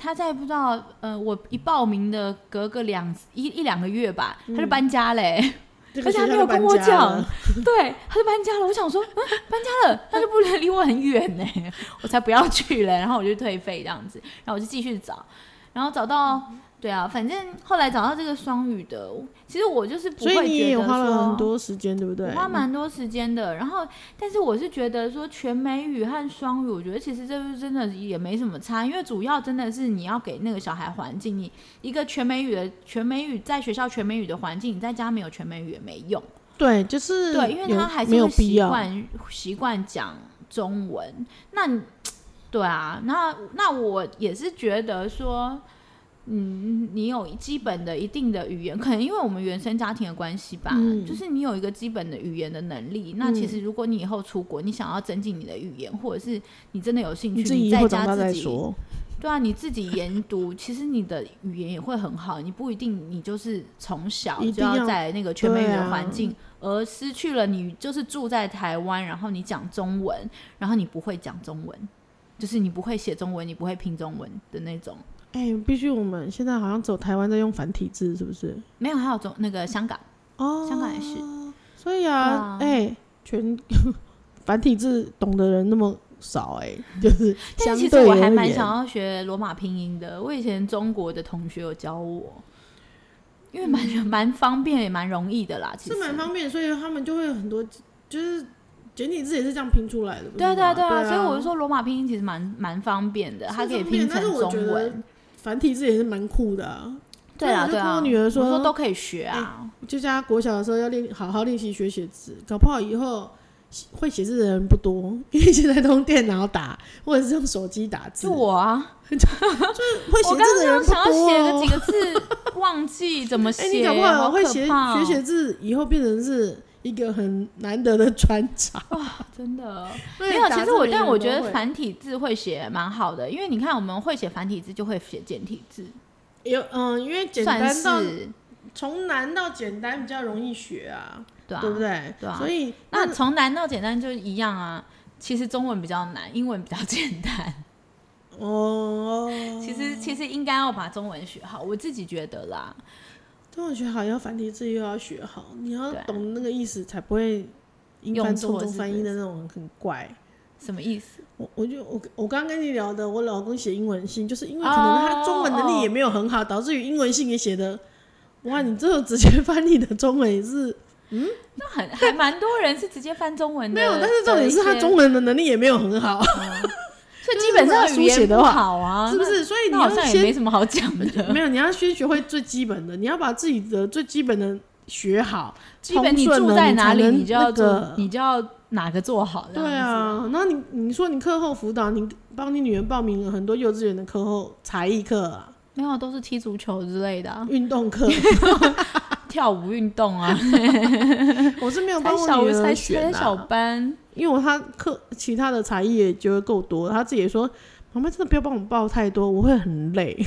Speaker 3: 他在不知道呃我一报名的隔个两一一两个月吧，他就
Speaker 4: 嗯
Speaker 3: 搬家嘞、
Speaker 4: 这个
Speaker 3: 而且他
Speaker 4: 学
Speaker 3: 没
Speaker 4: 校
Speaker 3: 有
Speaker 4: 搬
Speaker 3: 跟我
Speaker 4: 家
Speaker 3: 讲
Speaker 4: 了，
Speaker 3: 对，他就搬家了。我想说，嗯，搬家了，那就不能离我很远呢、 我才不要去嘞。然后我就退费这样子，然后我就继续找，然后找到，对啊，反正后来找到这个双语的，其实我就是不
Speaker 4: 所
Speaker 3: 会
Speaker 4: 以你也
Speaker 3: 觉
Speaker 4: 有
Speaker 3: 得
Speaker 4: 花了很
Speaker 3: 说。
Speaker 4: 多时间，对不对
Speaker 3: 我？花蛮多时间的，然后，但是我是觉得说全美语和双语，我觉得其实这是真的也没什么差，因为主要真的是你要给那个小孩环境，你一个全美语的全美语在学校全美语的环境，你在家没有全美语也没用。
Speaker 4: 对，就是
Speaker 3: 对，因为
Speaker 4: 有
Speaker 3: 他还是
Speaker 4: 没有
Speaker 3: 会
Speaker 4: 必
Speaker 3: 习
Speaker 4: 要。
Speaker 3: 惯习惯讲中文。那你对啊，那那我也是觉得说，嗯，你有基本的一定的语言，可能因为我们原生家庭的关系吧，
Speaker 4: 嗯
Speaker 3: 就是你有一个基本的语言的能力。那其实如果你以后出国，你想要增进你的语言，或者是你真的有兴
Speaker 4: 你
Speaker 3: 趣，
Speaker 4: 自
Speaker 3: 你
Speaker 4: 己以
Speaker 3: 在
Speaker 4: 后长
Speaker 3: 家
Speaker 4: 大再
Speaker 3: 自己
Speaker 4: 说，
Speaker 3: 对啊，你自己研读，其实你的语言也会很好，你不一定你就是从小
Speaker 4: 一
Speaker 3: 就
Speaker 4: 定要
Speaker 3: 要在那个全美语
Speaker 4: 对
Speaker 3: 的
Speaker 4: 啊
Speaker 3: 环境，而失去了你就是住在台湾，然后你讲中文，然后你不会讲中文，就是你不会写中文，你不会拼中文的那种。
Speaker 4: 哎，必须我们现在好像走台湾在用繁体字，是不是？
Speaker 3: 没有，还有中那个香港，
Speaker 4: 哦，
Speaker 3: 香港也是。
Speaker 4: 所以啊，
Speaker 3: 对啊
Speaker 4: 哎，全 繁体字懂的人那么少，哎，就是
Speaker 3: 但
Speaker 4: 相
Speaker 3: 是其实
Speaker 4: 对
Speaker 3: 我
Speaker 4: 而
Speaker 3: 还蛮
Speaker 4: 言
Speaker 3: 想要学罗马拼音的。我以前中国的同学有教我，因为蛮蛮方便也蛮容易的啦，其实
Speaker 4: 嗯是蛮方便，所以他们就会有很多，就是简体字也是这样拼出来的。不是
Speaker 3: 对啊，对啊，
Speaker 4: 吗
Speaker 3: 对
Speaker 4: 对
Speaker 3: 啊，所以我就说罗马拼音其实蛮蛮方便的，
Speaker 4: 是
Speaker 3: 它可以
Speaker 4: 方便
Speaker 3: 拼成
Speaker 4: 但是我觉
Speaker 3: 中
Speaker 4: 得
Speaker 3: 文。
Speaker 4: 繁体字也是蛮酷的啊。
Speaker 3: 对啊，
Speaker 4: 所以
Speaker 3: 对
Speaker 4: 我就跟
Speaker 3: 啊。
Speaker 4: 我女儿
Speaker 3: 说，
Speaker 4: 说哎
Speaker 3: 都可以学啊。
Speaker 4: 就像她国小的时候要练，好好练习学写字，搞不好以后会写字的人不多，因为现在都用电脑打或者是用手机打字，
Speaker 3: 就我啊，我
Speaker 4: 会
Speaker 3: 刚
Speaker 4: 写字
Speaker 3: 刚
Speaker 4: 的人
Speaker 3: 刚
Speaker 4: 不
Speaker 3: 想要
Speaker 4: 多、
Speaker 3: 写个
Speaker 4: 哦
Speaker 3: 几。个字，忘记怎么
Speaker 4: 哎、
Speaker 3: 写，
Speaker 4: 你搞不好会
Speaker 3: 可
Speaker 4: 写
Speaker 3: 怕哦
Speaker 4: 学写字，以后变成是一个很难得的 穿插。
Speaker 3: 真的。
Speaker 4: 没
Speaker 3: 没有，其实我但我觉得繁体字会写蛮好的，因为你看我们会写繁体字，就会写简体字，
Speaker 4: 有嗯，因为简
Speaker 3: 算
Speaker 4: 单到
Speaker 3: 是
Speaker 4: 从难到简单比较容易学啊，
Speaker 3: 对啊，
Speaker 4: 对不？对？
Speaker 3: 对啊
Speaker 4: 所以
Speaker 3: 那从难到简单就一样啊。其实中文比较难，英文比较简单。
Speaker 4: 哦，
Speaker 3: 其实其实应该要把中文学好，我自己觉得啦。
Speaker 4: 中文学好要繁体字又要学好，你要
Speaker 3: 对啊
Speaker 4: 懂那个意思，才不会英
Speaker 3: 用
Speaker 4: 翻
Speaker 3: 错
Speaker 4: 中中
Speaker 3: 是不
Speaker 4: 翻译
Speaker 3: 是
Speaker 4: 的那种很怪。
Speaker 3: 什么意思？
Speaker 4: 我我就我我刚跟你聊的，我老公写英文信，就是因为可
Speaker 3: 哦
Speaker 4: 能他中文能力也没有很好，导致于英文信也写的，哇，你最后直接翻译的中文也是
Speaker 3: 那很还蛮多人是直接翻中文的，
Speaker 4: 没有，但是重点是他中
Speaker 3: 文，
Speaker 4: 文的能力也没有很好，
Speaker 3: 所以基本上语言不好啊，
Speaker 4: 是不是？所以
Speaker 3: 那？
Speaker 4: 你
Speaker 3: 那好
Speaker 4: 要
Speaker 3: 像也
Speaker 4: 先呃
Speaker 3: 没什么好讲 的。
Speaker 4: 没有，你要先学会最基本的，你要把自己的最基本的学好，
Speaker 3: 基本你
Speaker 4: 通顺
Speaker 3: 住
Speaker 4: 了
Speaker 3: 在哪里，
Speaker 4: 才能
Speaker 3: 你就要
Speaker 4: 那
Speaker 3: 做
Speaker 4: 个，
Speaker 3: 你就要哪个做好。这
Speaker 4: 对
Speaker 3: 样子
Speaker 4: 啊，然后你你说你课后辅导，你帮你女儿报名了很多幼稚园的课后才艺课啊、
Speaker 3: 没有，都是踢足球之类的、啊，
Speaker 4: 运 动课，
Speaker 3: 跳舞运动啊，
Speaker 4: 我是没有
Speaker 3: 才
Speaker 4: 帮
Speaker 3: 小
Speaker 4: 我女
Speaker 3: 才
Speaker 4: 儿
Speaker 3: 才
Speaker 4: 选
Speaker 3: 小
Speaker 4: 啊，
Speaker 3: 班，
Speaker 4: 因为我她课其他的才艺也觉得够多，她自己也说妈妈真的不要帮我报太多，我会很累。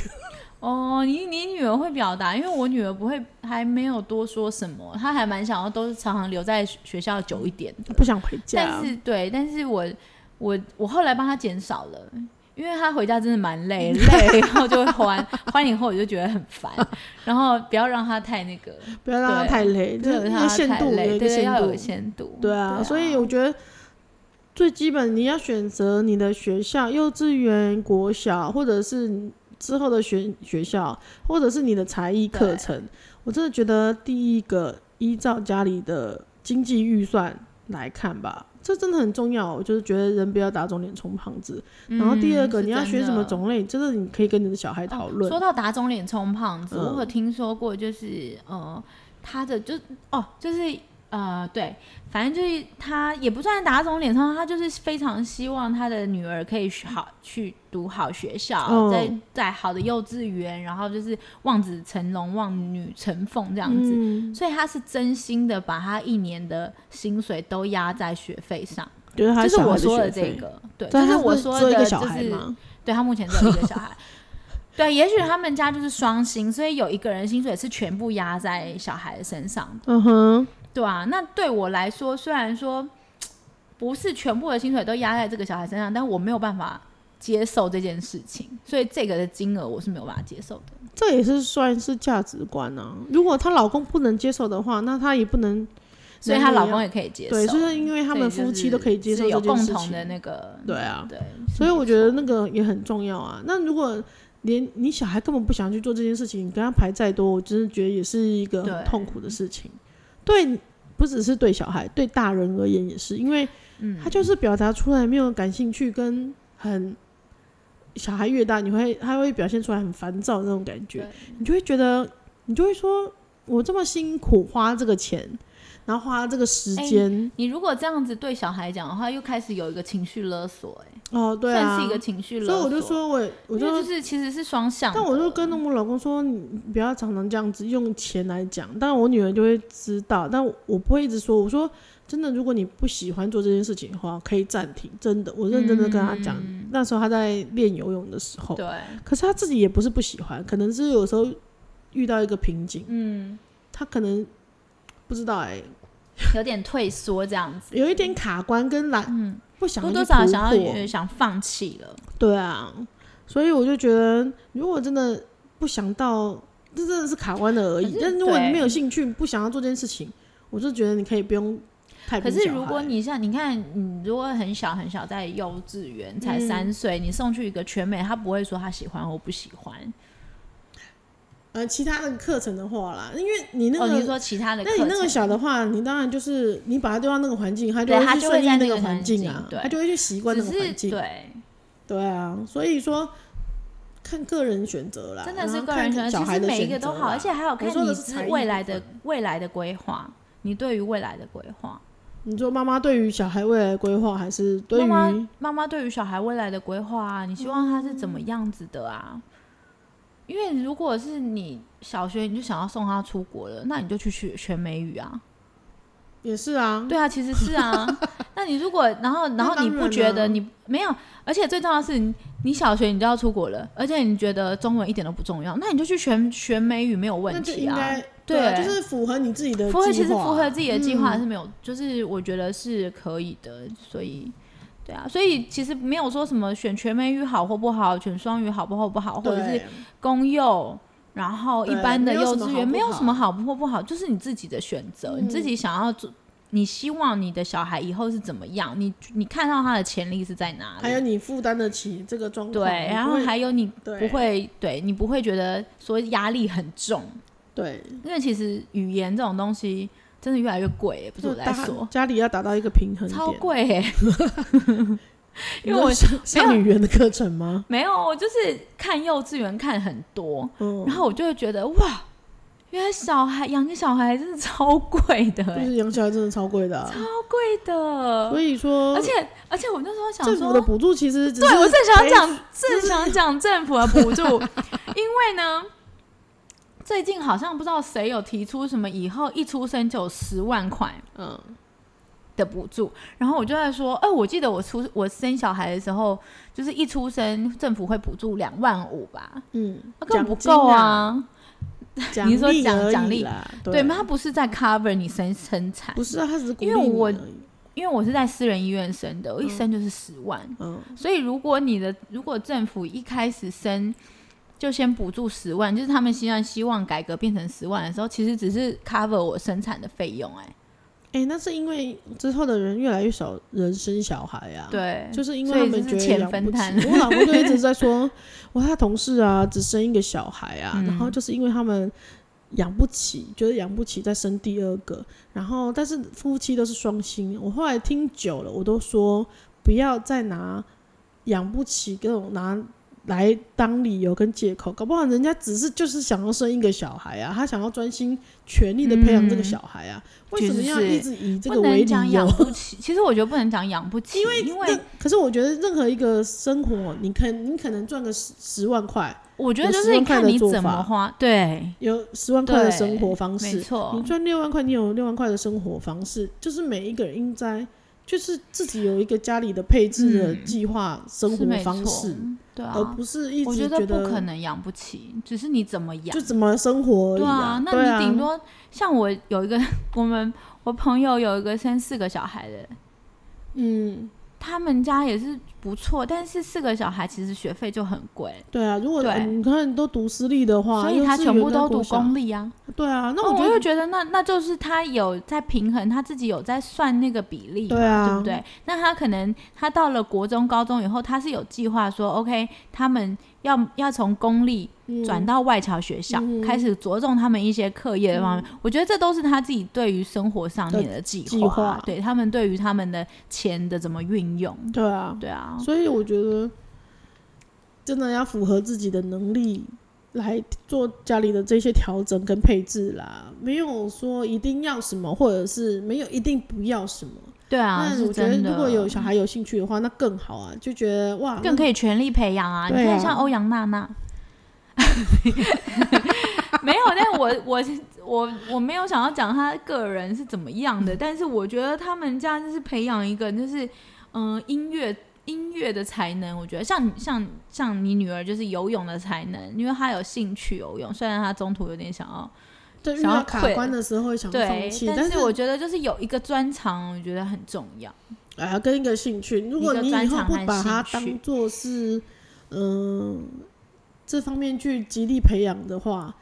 Speaker 3: 哦，你你女儿会表达，因为我女儿不会，还没有多说什么，她还蛮想要都常常留在学学校久一点的。
Speaker 4: 不想回家
Speaker 3: 但。是对，但是我我我后来帮她减少了。因为她回家真的蛮 累，累了以后就会欢，欢以后我就觉得很烦，然后不要让她太那个，
Speaker 4: 不要让他
Speaker 3: 对啊
Speaker 4: 太累，
Speaker 3: 不
Speaker 4: 这
Speaker 3: 要
Speaker 4: 有一
Speaker 3: 让
Speaker 4: 个
Speaker 3: 她
Speaker 4: 限
Speaker 3: 太
Speaker 4: 度，有
Speaker 3: 累，
Speaker 4: 一个
Speaker 3: 对，
Speaker 4: 限
Speaker 3: 要有
Speaker 4: 度，
Speaker 3: 限度，
Speaker 4: 对啊，所以我觉得最基本你要选择你的学校，幼稚园、国小，或者是之后的学学校，或者是你的才艺课
Speaker 3: 对
Speaker 4: 程。我真的觉得第一个依照家里的经济预算来看吧，这真的很重要。我就是觉得人不要打肿脸充胖子。然后第二
Speaker 3: 嗯
Speaker 4: 个，
Speaker 3: 是
Speaker 4: 你要
Speaker 3: 真
Speaker 4: 学什
Speaker 3: 的
Speaker 4: 么种类，真的你可以跟你的小孩讨
Speaker 3: 哦
Speaker 4: 论。
Speaker 3: 说到打肿脸充胖子，
Speaker 4: 嗯
Speaker 3: 我有听说过，就是呃，他的就哦，就是呃，对，反正就是他也不算打肿脸充，他就是非常希望他的女儿可以去好去读好学校，
Speaker 4: 嗯
Speaker 3: 在在好的幼稚园，然后就是望子成龙、望女成凤这样子。
Speaker 4: 嗯，
Speaker 3: 所以他是真心的把他一年的薪水都压在学费上，
Speaker 4: 就是他
Speaker 3: 就是
Speaker 4: 小孩
Speaker 3: 我
Speaker 4: 的
Speaker 3: 说
Speaker 4: 学
Speaker 3: 的这
Speaker 4: 费。
Speaker 3: 个，对，
Speaker 4: 对
Speaker 3: 就
Speaker 4: 他
Speaker 3: 我
Speaker 4: 是
Speaker 3: 说
Speaker 4: 只
Speaker 3: 的，
Speaker 4: 有一
Speaker 3: 就
Speaker 4: 个
Speaker 3: 是
Speaker 4: 小孩嘛，
Speaker 3: 对他目前只有一个小孩。 对，也许他们家就是双薪，所以有一个人薪水是全部压在小孩的身上的，
Speaker 4: 嗯哼，
Speaker 3: 对啊。那对我来说，虽然说不是全部的薪水都压在这个小孩身上，但我没有办法接受这件事情，所以这个的金额我是没有办法接受的。
Speaker 4: 这也是算是价值观啊。如果她老公不能接受的话，那她也不能，
Speaker 3: 所以她老公也可以接受，
Speaker 4: 对，就是因为他们
Speaker 3: 所以
Speaker 4: 夫
Speaker 3: 就是
Speaker 4: 妻都可以接
Speaker 3: 是
Speaker 4: 受这
Speaker 3: 有
Speaker 4: 件
Speaker 3: 共
Speaker 4: 事
Speaker 3: 同
Speaker 4: 情。
Speaker 3: 的那个
Speaker 4: 对啊，
Speaker 3: 对，
Speaker 4: 所以我觉
Speaker 3: 得。
Speaker 4: 得那个也很重要啊。那如果连你小孩根本不想去做这件事情，你跟他排再多，我真的觉得也是一个很
Speaker 3: 对
Speaker 4: 痛苦的事情。对，不只是对小孩，对大人而言也是，因为
Speaker 3: 嗯
Speaker 4: 他就是表达出来没有感兴趣，跟很小孩越大，你会他会表现出来很烦躁的那种感觉
Speaker 3: 对，
Speaker 4: 你就会觉得，你就会说，我这么辛苦花这个钱，然后花这个时
Speaker 3: 哎
Speaker 4: 间，
Speaker 3: 你如果这样子对小孩讲的话，又开始有一个情绪勒索、哎、
Speaker 4: 哦，对啊，
Speaker 3: 算是一个情绪勒
Speaker 4: 所
Speaker 3: 索。
Speaker 4: 以我就，说我
Speaker 3: 因为
Speaker 4: 我
Speaker 3: 就
Speaker 4: 就
Speaker 3: 是其实是双向的。嗯
Speaker 4: 但我就跟我老公说，你不要常常这样子用钱来讲。但我女儿就会知道，但我不会一直说。我说真的，如果你不喜欢做这件事情的话，可以暂停。真的，我认真的跟她讲。那时候她在练游泳的时候，
Speaker 3: 嗯对，
Speaker 4: 可是她自己也不是不喜欢，可能是有时候遇到一个瓶颈，
Speaker 3: 嗯，
Speaker 4: 她可能不知道哎、
Speaker 3: 有点退缩这样子，
Speaker 4: 有一点卡关跟懒，不想
Speaker 3: 嗯多
Speaker 4: 要
Speaker 3: 多少少
Speaker 4: 去突
Speaker 3: 想要
Speaker 4: 破
Speaker 3: 有想放弃了。
Speaker 4: 对啊，所以我就觉得，如果真的不想到，这真的是卡关了而已
Speaker 3: 可。是
Speaker 4: 但如果你
Speaker 3: 对
Speaker 4: 没有兴趣，不想要做这件事情，我就觉得你可以不用太
Speaker 3: 可
Speaker 4: 逼
Speaker 3: 是
Speaker 4: 小
Speaker 3: 如果
Speaker 4: 孩
Speaker 3: 你像你看，你如果很小很小，在幼稚园才
Speaker 4: 嗯
Speaker 3: 三岁，你送去一个全美，他不会说他喜欢或不喜欢。
Speaker 4: 呃其他的课程的话啦，因为你那个、
Speaker 3: 哦，你说其他的课
Speaker 4: 那
Speaker 3: 程，
Speaker 4: 你那个小的话，你当然就是你把它丢到那个环境，他就
Speaker 3: 对他
Speaker 4: 去
Speaker 3: 就
Speaker 4: 顺
Speaker 3: 会
Speaker 4: 应
Speaker 3: 在
Speaker 4: 那
Speaker 3: 那
Speaker 4: 个
Speaker 3: 个
Speaker 4: 环
Speaker 3: 环
Speaker 4: 境
Speaker 3: 境
Speaker 4: 啊，
Speaker 3: 对
Speaker 4: 他就会去习惯那
Speaker 3: 只
Speaker 4: 个
Speaker 3: 是
Speaker 4: 环境。
Speaker 3: 对，
Speaker 4: 对啊，所以说看个人选择啦，
Speaker 3: 真的
Speaker 4: 然
Speaker 3: 是
Speaker 4: 后
Speaker 3: 个人
Speaker 4: 看
Speaker 3: 选择，
Speaker 4: 小
Speaker 3: 其
Speaker 4: 孩
Speaker 3: 实
Speaker 4: 的
Speaker 3: 每一
Speaker 4: 选
Speaker 3: 个
Speaker 4: 择
Speaker 3: 都好，
Speaker 4: 啦
Speaker 3: 而且还有看
Speaker 4: 我说的
Speaker 3: 你
Speaker 4: 是
Speaker 3: 之
Speaker 4: 才艺
Speaker 3: 未
Speaker 4: 部
Speaker 3: 来的
Speaker 4: 分
Speaker 3: 未来的规划，你对于未来的规划，
Speaker 4: 你说妈妈对于小孩未来的规划，还是对
Speaker 3: 妈
Speaker 4: 于
Speaker 3: 妈妈妈对于小孩未来的规划啊，你希望他是怎么样子的啊？因为如果是你小学你就想要送他出国了，那你就去学学美语啊。
Speaker 4: 也是啊？
Speaker 3: 对啊，其实是 啊。那你如果然后然后
Speaker 4: 当
Speaker 3: 你
Speaker 4: 然
Speaker 3: 不
Speaker 4: 啊
Speaker 3: 觉得你没有，而且最重要的是你，你小学你就要出国了，而且你觉得中文一点都不重要，那你就去学学美语没有
Speaker 4: 那
Speaker 3: 问
Speaker 4: 就
Speaker 3: 题
Speaker 4: 应
Speaker 3: 啊
Speaker 4: 该。对啊，
Speaker 3: 对
Speaker 4: 就是符合你自己的计
Speaker 3: 符
Speaker 4: 划嗯
Speaker 3: 合
Speaker 4: 啊。
Speaker 3: 其实符合自己的计划是没有，就是我觉得是可以的，所以。对啊，所以其实没有说什么选全美语好或不好，选双语好不好不好，或者是
Speaker 4: 对
Speaker 3: 公幼，然后一
Speaker 4: 对
Speaker 3: 般的
Speaker 4: 没有
Speaker 3: 幼
Speaker 4: 什么
Speaker 3: 稚
Speaker 4: 好
Speaker 3: 园，
Speaker 4: 不
Speaker 3: 没有
Speaker 4: 好嗯
Speaker 3: 什么好或不好，就是你自己的选择，你自己想要做，你希望你的小孩以后是怎么样，你你看到他的潜力是在哪
Speaker 4: 还有
Speaker 3: 里，
Speaker 4: 你负担得起这个状况，
Speaker 3: 对，
Speaker 4: 你
Speaker 3: 然
Speaker 4: 不
Speaker 3: 后
Speaker 4: 会
Speaker 3: 还有你不
Speaker 4: 对
Speaker 3: 会，对你不会觉得说压力很重，
Speaker 4: 对，
Speaker 3: 因为其实语言这种东西真的越来越贵，不是我在
Speaker 4: 就大
Speaker 3: 说，
Speaker 4: 家里要达到一个平衡点，
Speaker 3: 超贵耶、
Speaker 4: 你
Speaker 3: 因为我
Speaker 4: 说上上语言的课程吗？
Speaker 3: 没有，我就是看幼稚园看很多，
Speaker 4: 嗯，
Speaker 3: 然后我就会觉得哇，原来小孩养个小孩真的超贵的、
Speaker 4: 就
Speaker 3: 欸，
Speaker 4: 是养小孩真的超贵的啊，
Speaker 3: 超贵的。
Speaker 4: 所以说，
Speaker 3: 而且而且我那时候想
Speaker 4: 政府的
Speaker 3: 说，
Speaker 4: 补助其实只
Speaker 3: 对我
Speaker 4: 是
Speaker 3: 正想
Speaker 4: 赔
Speaker 3: 讲，正想讲政府的补助，因为呢。最近好像不知道谁有提出什么，以后一出生就有十万块，
Speaker 4: 嗯，
Speaker 3: 的补助，然后我就在说，哎、我记得我出我生小孩的时候，就是一出生政府会补助两万五吧，
Speaker 4: 嗯
Speaker 3: 那，根本不够啊，
Speaker 4: 奖
Speaker 3: 你说
Speaker 4: 励
Speaker 3: 奖
Speaker 4: 而已
Speaker 3: 奖励
Speaker 4: 啦，
Speaker 3: 对吗？他不是在 cover 你生生产，
Speaker 4: 不是啊，他只是鼓
Speaker 3: 因为
Speaker 4: 励你
Speaker 3: 我
Speaker 4: 而已
Speaker 3: 因为我是在私人医院生的，我一生就是十万，
Speaker 4: 嗯，
Speaker 3: 所以如果你的如果政府一开始生就先补助十万，就是他们希望希望改革变成十万的时候，其实只是 cover 我生产的费用、
Speaker 4: 哎，那是因为之后的人越来越少人生小孩啊，
Speaker 3: 哎，。对，
Speaker 4: 就是因为
Speaker 3: 所以
Speaker 4: 他们
Speaker 3: 就
Speaker 4: 觉
Speaker 3: 是
Speaker 4: 得
Speaker 3: 钱
Speaker 4: 养
Speaker 3: 分
Speaker 4: 不起
Speaker 3: 摊，
Speaker 4: 我老公就一直 在说，我他同事啊，只生一个小孩啊，
Speaker 3: 嗯
Speaker 4: 然后就是因为他们养不起，觉得养不起，再生第二个，然后但是夫妻都是双薪，我后来听久了，我都说不要再拿养不起这种拿。来当理由跟借口，搞不好人家只是就是想要生一个小孩啊，他想要专心全力的培养这个
Speaker 3: 嗯
Speaker 4: 小孩啊，为什
Speaker 3: 其
Speaker 4: 么
Speaker 3: 实
Speaker 4: 要
Speaker 3: 是
Speaker 4: 一直以这个
Speaker 3: 不
Speaker 4: 为
Speaker 3: 能
Speaker 4: 理
Speaker 3: 讲
Speaker 4: 由
Speaker 3: 养？不起，其实我觉得不能讲养不起，因为因为
Speaker 4: 那可是我觉得任何一个生活，你可你可能赚个十十万块，
Speaker 3: 我觉得就是你看你怎么花，对，
Speaker 4: 有十万块的
Speaker 3: 对
Speaker 4: 生活方
Speaker 3: 没
Speaker 4: 式，你
Speaker 3: 错，
Speaker 4: 赚六万块，你有六万块的生活方式，就是每一个人应该就是自己有一个家里的配置的
Speaker 3: 嗯
Speaker 4: 计划、生
Speaker 3: 是
Speaker 4: 活
Speaker 3: 没错
Speaker 4: 方式，，
Speaker 3: 对啊
Speaker 4: 而，不是一
Speaker 3: 我
Speaker 4: 直
Speaker 3: 觉
Speaker 4: 觉
Speaker 3: 得不可能养不起，只是你怎么养
Speaker 4: 就，怎么生活而已
Speaker 3: 对
Speaker 4: 啊
Speaker 3: 啊，，
Speaker 4: 对
Speaker 3: 那你顶多像我有一个 我们我朋友有一个生四个小孩的，
Speaker 4: 嗯，
Speaker 3: 他们家也是不错，但是四个小孩其实学费就很贵，
Speaker 4: 对啊，如果
Speaker 3: 对
Speaker 4: 你看你都读私立的话，
Speaker 3: 所以他
Speaker 4: 幼稚
Speaker 3: 全
Speaker 4: 园
Speaker 3: 部
Speaker 4: 到
Speaker 3: 都读
Speaker 4: 国小
Speaker 3: 公，立啊。
Speaker 4: 对啊，那
Speaker 3: 哦
Speaker 4: 我觉
Speaker 3: 就
Speaker 4: 得
Speaker 3: 觉得那那就是他有在平衡，他自己有在算那个比例嘛，
Speaker 4: 对啊
Speaker 3: 对不对？那他可能他到了国中、高中以后，他是有计划说，OK，他们要要从公立
Speaker 4: 嗯
Speaker 3: 转到外侨学校，
Speaker 4: 嗯
Speaker 3: 开始着重他们一些课业的方面。我觉得这都是他自己对于生活上面的计划，
Speaker 4: 计划
Speaker 3: 对他们对于他们的钱的怎么运用，
Speaker 4: 对啊，
Speaker 3: 对啊，
Speaker 4: 所以我觉得真的要符合自己的能力来做家里的这些调整跟配置啦，没有说一定要什么，或者是没有一定不要什么。
Speaker 3: 对啊，
Speaker 4: 那
Speaker 3: 是
Speaker 4: 我觉得
Speaker 3: 真的。
Speaker 4: 如果有小孩有兴趣的话，那更好啊，就觉得哇，
Speaker 3: 更可以全力培养啊！你
Speaker 4: 对啊
Speaker 3: 看像欧阳娜 娜，没有，但我我我我没有想要讲她个人是怎么样
Speaker 4: 嗯
Speaker 3: 的，但是我觉得他们家就是培养一个就是嗯、呃音乐。音乐的才能，我觉得像像像你女儿就是游泳的才能，因为她有兴趣游泳，虽然她中途有点想要
Speaker 4: 在遇
Speaker 3: 想
Speaker 4: 到
Speaker 3: 要
Speaker 4: 卡
Speaker 3: 退
Speaker 4: 关的时候会想放
Speaker 3: 对
Speaker 4: 弃，，但
Speaker 3: 但是我觉得就是有一个专长，我觉得很重要。
Speaker 4: 哎呀，跟一个兴趣，如果
Speaker 3: 一个
Speaker 4: 你以
Speaker 3: 专
Speaker 4: 后
Speaker 3: 长
Speaker 4: 不
Speaker 3: 和
Speaker 4: 把它
Speaker 3: 兴趣
Speaker 4: 当做是嗯、这方面去极力培养的话，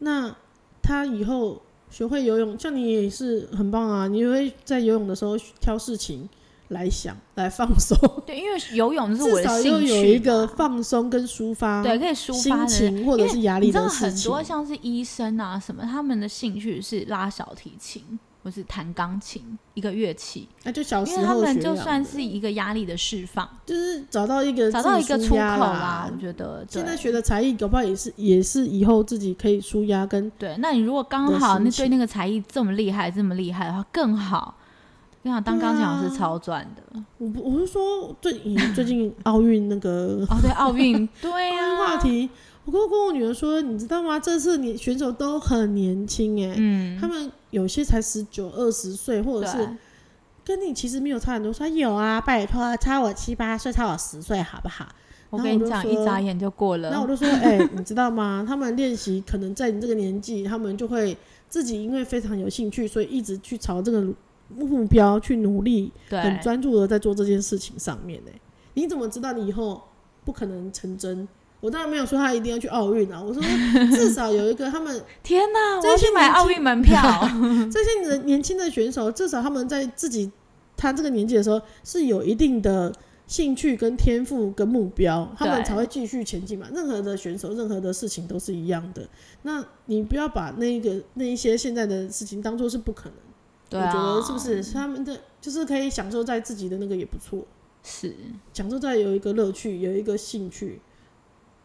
Speaker 4: 那他以后学会游泳，像你也是很棒啊，你会在游泳的时候挑事情来想来放 松，
Speaker 3: 对，因为游泳是我
Speaker 4: 至
Speaker 3: 的
Speaker 4: 少
Speaker 3: 兴
Speaker 4: 又
Speaker 3: 趣嘛，
Speaker 4: 有一个放松跟抒发
Speaker 3: 对可以抒发
Speaker 4: 心
Speaker 3: 的
Speaker 4: 情或者是压
Speaker 3: 你
Speaker 4: 力
Speaker 3: 知道
Speaker 4: 的事
Speaker 3: 很
Speaker 4: 情
Speaker 3: 多。像是医生啊什么，他们的兴趣是拉小提琴或是弹钢琴一个乐器，
Speaker 4: 那就小
Speaker 3: 因
Speaker 4: 时
Speaker 3: 为他
Speaker 4: 候
Speaker 3: 们
Speaker 4: 学
Speaker 3: 就
Speaker 4: 养
Speaker 3: 算
Speaker 4: 的
Speaker 3: 是一个压力的释放，
Speaker 4: 就是找到一个
Speaker 3: 找
Speaker 4: 自
Speaker 3: 到一
Speaker 4: 己
Speaker 3: 个
Speaker 4: 舒
Speaker 3: 出口
Speaker 4: 压啊
Speaker 3: 啦
Speaker 4: 啦。。
Speaker 3: 我觉得
Speaker 4: 现在
Speaker 3: 对
Speaker 4: 学的才艺，搞不好也是也是以后自己可以舒压跟
Speaker 3: 对，那你如果刚
Speaker 4: 的
Speaker 3: 好
Speaker 4: 心
Speaker 3: 那
Speaker 4: 情
Speaker 3: 对那个才艺这么厉害，这么厉害的话，更好。跟你讲，当钢琴老师
Speaker 4: 啊
Speaker 3: 超赚的。
Speaker 4: 我不，我是说最嗯最 近奥运那个
Speaker 3: 哦，对，奥 运，对啊
Speaker 4: 奥运
Speaker 3: 呀、
Speaker 4: 话题，我跟我跟我女儿说，你知道吗？这次你选手都很年轻哎、
Speaker 3: 嗯，
Speaker 4: 他们有些才十九、二十岁，或者是
Speaker 3: 对
Speaker 4: 跟你其实没有差很多。说有啊，拜托，差我七八岁，差我十岁，好不好？
Speaker 3: 我
Speaker 4: 然后
Speaker 3: 跟
Speaker 4: 我
Speaker 3: 你
Speaker 4: 就
Speaker 3: 讲，
Speaker 4: 说
Speaker 3: 一眨眼就过了。
Speaker 4: 那我就 说，哎、你知道吗？他们练习可能在你这个年纪，他们就会自己因为非常有兴趣，所以一直去朝这个目标去努力，
Speaker 3: 对，
Speaker 4: 很专注的在做这件事情上面呢、你怎么知道你以后不可能成真？我当然没有说他一定要去奥运啊，我说至少有一个他们
Speaker 3: 天哪，我
Speaker 4: 这
Speaker 3: 要
Speaker 4: 些
Speaker 3: 去买
Speaker 4: 年
Speaker 3: 奥
Speaker 4: 轻
Speaker 3: 运门票。
Speaker 4: 这些年年轻的选手，至少他们在自己他这个年纪的时候是有一定的兴趣跟天赋跟目标，他们
Speaker 3: 对
Speaker 4: 才会继续前进嘛。任何的选手，任何的事情都是一样的。那你不要把那一个那一些现在的事情当做是不可能，
Speaker 3: 对啊，
Speaker 4: 我觉得是不是？他们的就是可以享受在自己的那个也不错，
Speaker 3: 是
Speaker 4: 享受在有一个乐趣，有一个兴趣，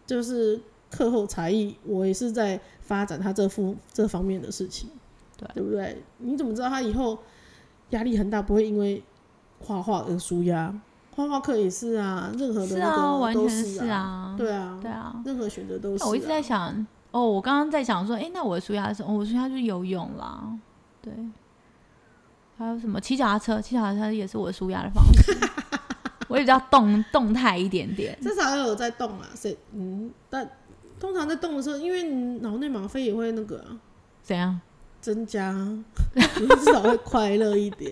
Speaker 4: 就是课后才艺，我也是在发展他这副这方面的事情，
Speaker 3: 对
Speaker 4: 对不对？你怎么知道他以后压力很大，不会因为画画而舒压？画画课也是啊，任何的
Speaker 3: 是
Speaker 4: 那
Speaker 3: 啊，
Speaker 4: 个
Speaker 3: 完
Speaker 4: 都
Speaker 3: 全
Speaker 4: 是
Speaker 3: 是啊，
Speaker 4: 对啊，
Speaker 3: 对啊。
Speaker 4: 任何选择都是、啊。
Speaker 3: 我一直在想，哦，我刚刚在想说，哎，那我的舒压是什么？哦我的舒压就是游泳啦，对。还有什么骑脚踏车？骑脚踏车也是我的舒压的方 式。我也比较动动态一点点，
Speaker 4: 至少要有在动啊，谁嗯，但通常在动的时候，因为你脑内吗啡也会那个啊、
Speaker 3: 怎样？
Speaker 4: 增加 啊，你至少会快乐一点。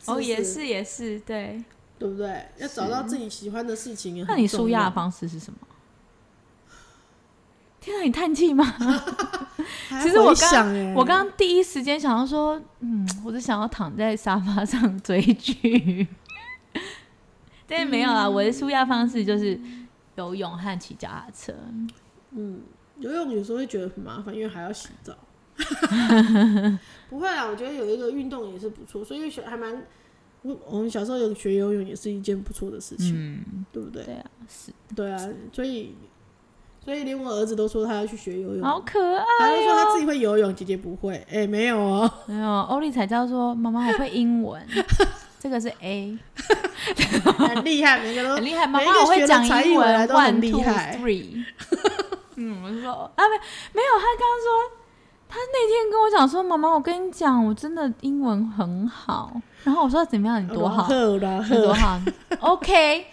Speaker 4: 是不
Speaker 3: 哦，也是也是，对。
Speaker 4: 对不对？要找到自己喜欢的事情也很
Speaker 3: 那你舒
Speaker 4: 重
Speaker 3: 压
Speaker 4: 要
Speaker 3: 的方式是什么？天啊，你叹气吗？
Speaker 4: 还
Speaker 3: 其实我
Speaker 4: 回
Speaker 3: 刚
Speaker 4: 想欸
Speaker 3: 我刚刚第一时间想到说，嗯，我只想要躺在沙发上追剧， 但是没有啦。我的舒压方式就是游泳和骑脚踏车。
Speaker 4: 游泳有时候会觉得很麻烦，因为还要洗 澡。不会啦，我觉得有一个运动也是不错，所以学还蛮我我们小时候有学游泳也是一件不错的事情，
Speaker 3: 嗯，
Speaker 4: 对不对？
Speaker 3: 对啊，是，
Speaker 4: 对啊，所以所以连我儿子都说他要去学游泳，
Speaker 3: 好啊可爱。
Speaker 4: 他就说他自己会游泳，姐姐不会。哎、没有 哦，
Speaker 3: 没有，欧丽才知道说，妈妈我会英 文，这个是 A，
Speaker 4: 很厉害，每个都
Speaker 3: 很厉害。妈
Speaker 4: 每一
Speaker 3: 妈
Speaker 4: 个
Speaker 3: 我会
Speaker 4: 学了
Speaker 3: 讲
Speaker 4: 才
Speaker 3: 英
Speaker 4: 艺回
Speaker 3: 文
Speaker 4: 来都很
Speaker 3: ，one
Speaker 4: 厉
Speaker 3: two
Speaker 4: 害
Speaker 3: three。嗯，我就说啊，没没有，他刚刚说。他那天跟我讲说：“妈妈，我跟你讲，我真的英文很好。”然后我说：“怎么样？你多好？”
Speaker 4: 好啦，
Speaker 3: 有 多好
Speaker 4: 嗯
Speaker 3: ？OK，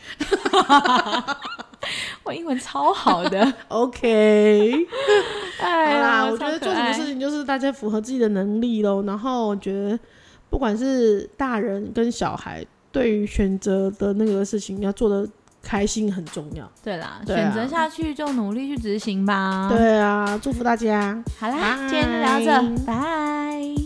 Speaker 3: 我英文超好 的，
Speaker 4: OK。
Speaker 3: 哎
Speaker 4: 好
Speaker 3: 呀，
Speaker 4: 啦，我觉
Speaker 3: 超
Speaker 4: 得
Speaker 3: 可
Speaker 4: 做什么
Speaker 3: 爱
Speaker 4: 事情就是大家符合自己的能力咯。然后我觉得，不管是大人跟小孩，对于选择的那个事情要做的开心很重要。
Speaker 3: 对啦，
Speaker 4: 对
Speaker 3: 选
Speaker 4: 啊
Speaker 3: 择下去就努力去执行吧。，
Speaker 4: 对啊，祝福大家。
Speaker 3: 好啦，
Speaker 4: 拜
Speaker 3: 今天就聊这，拜。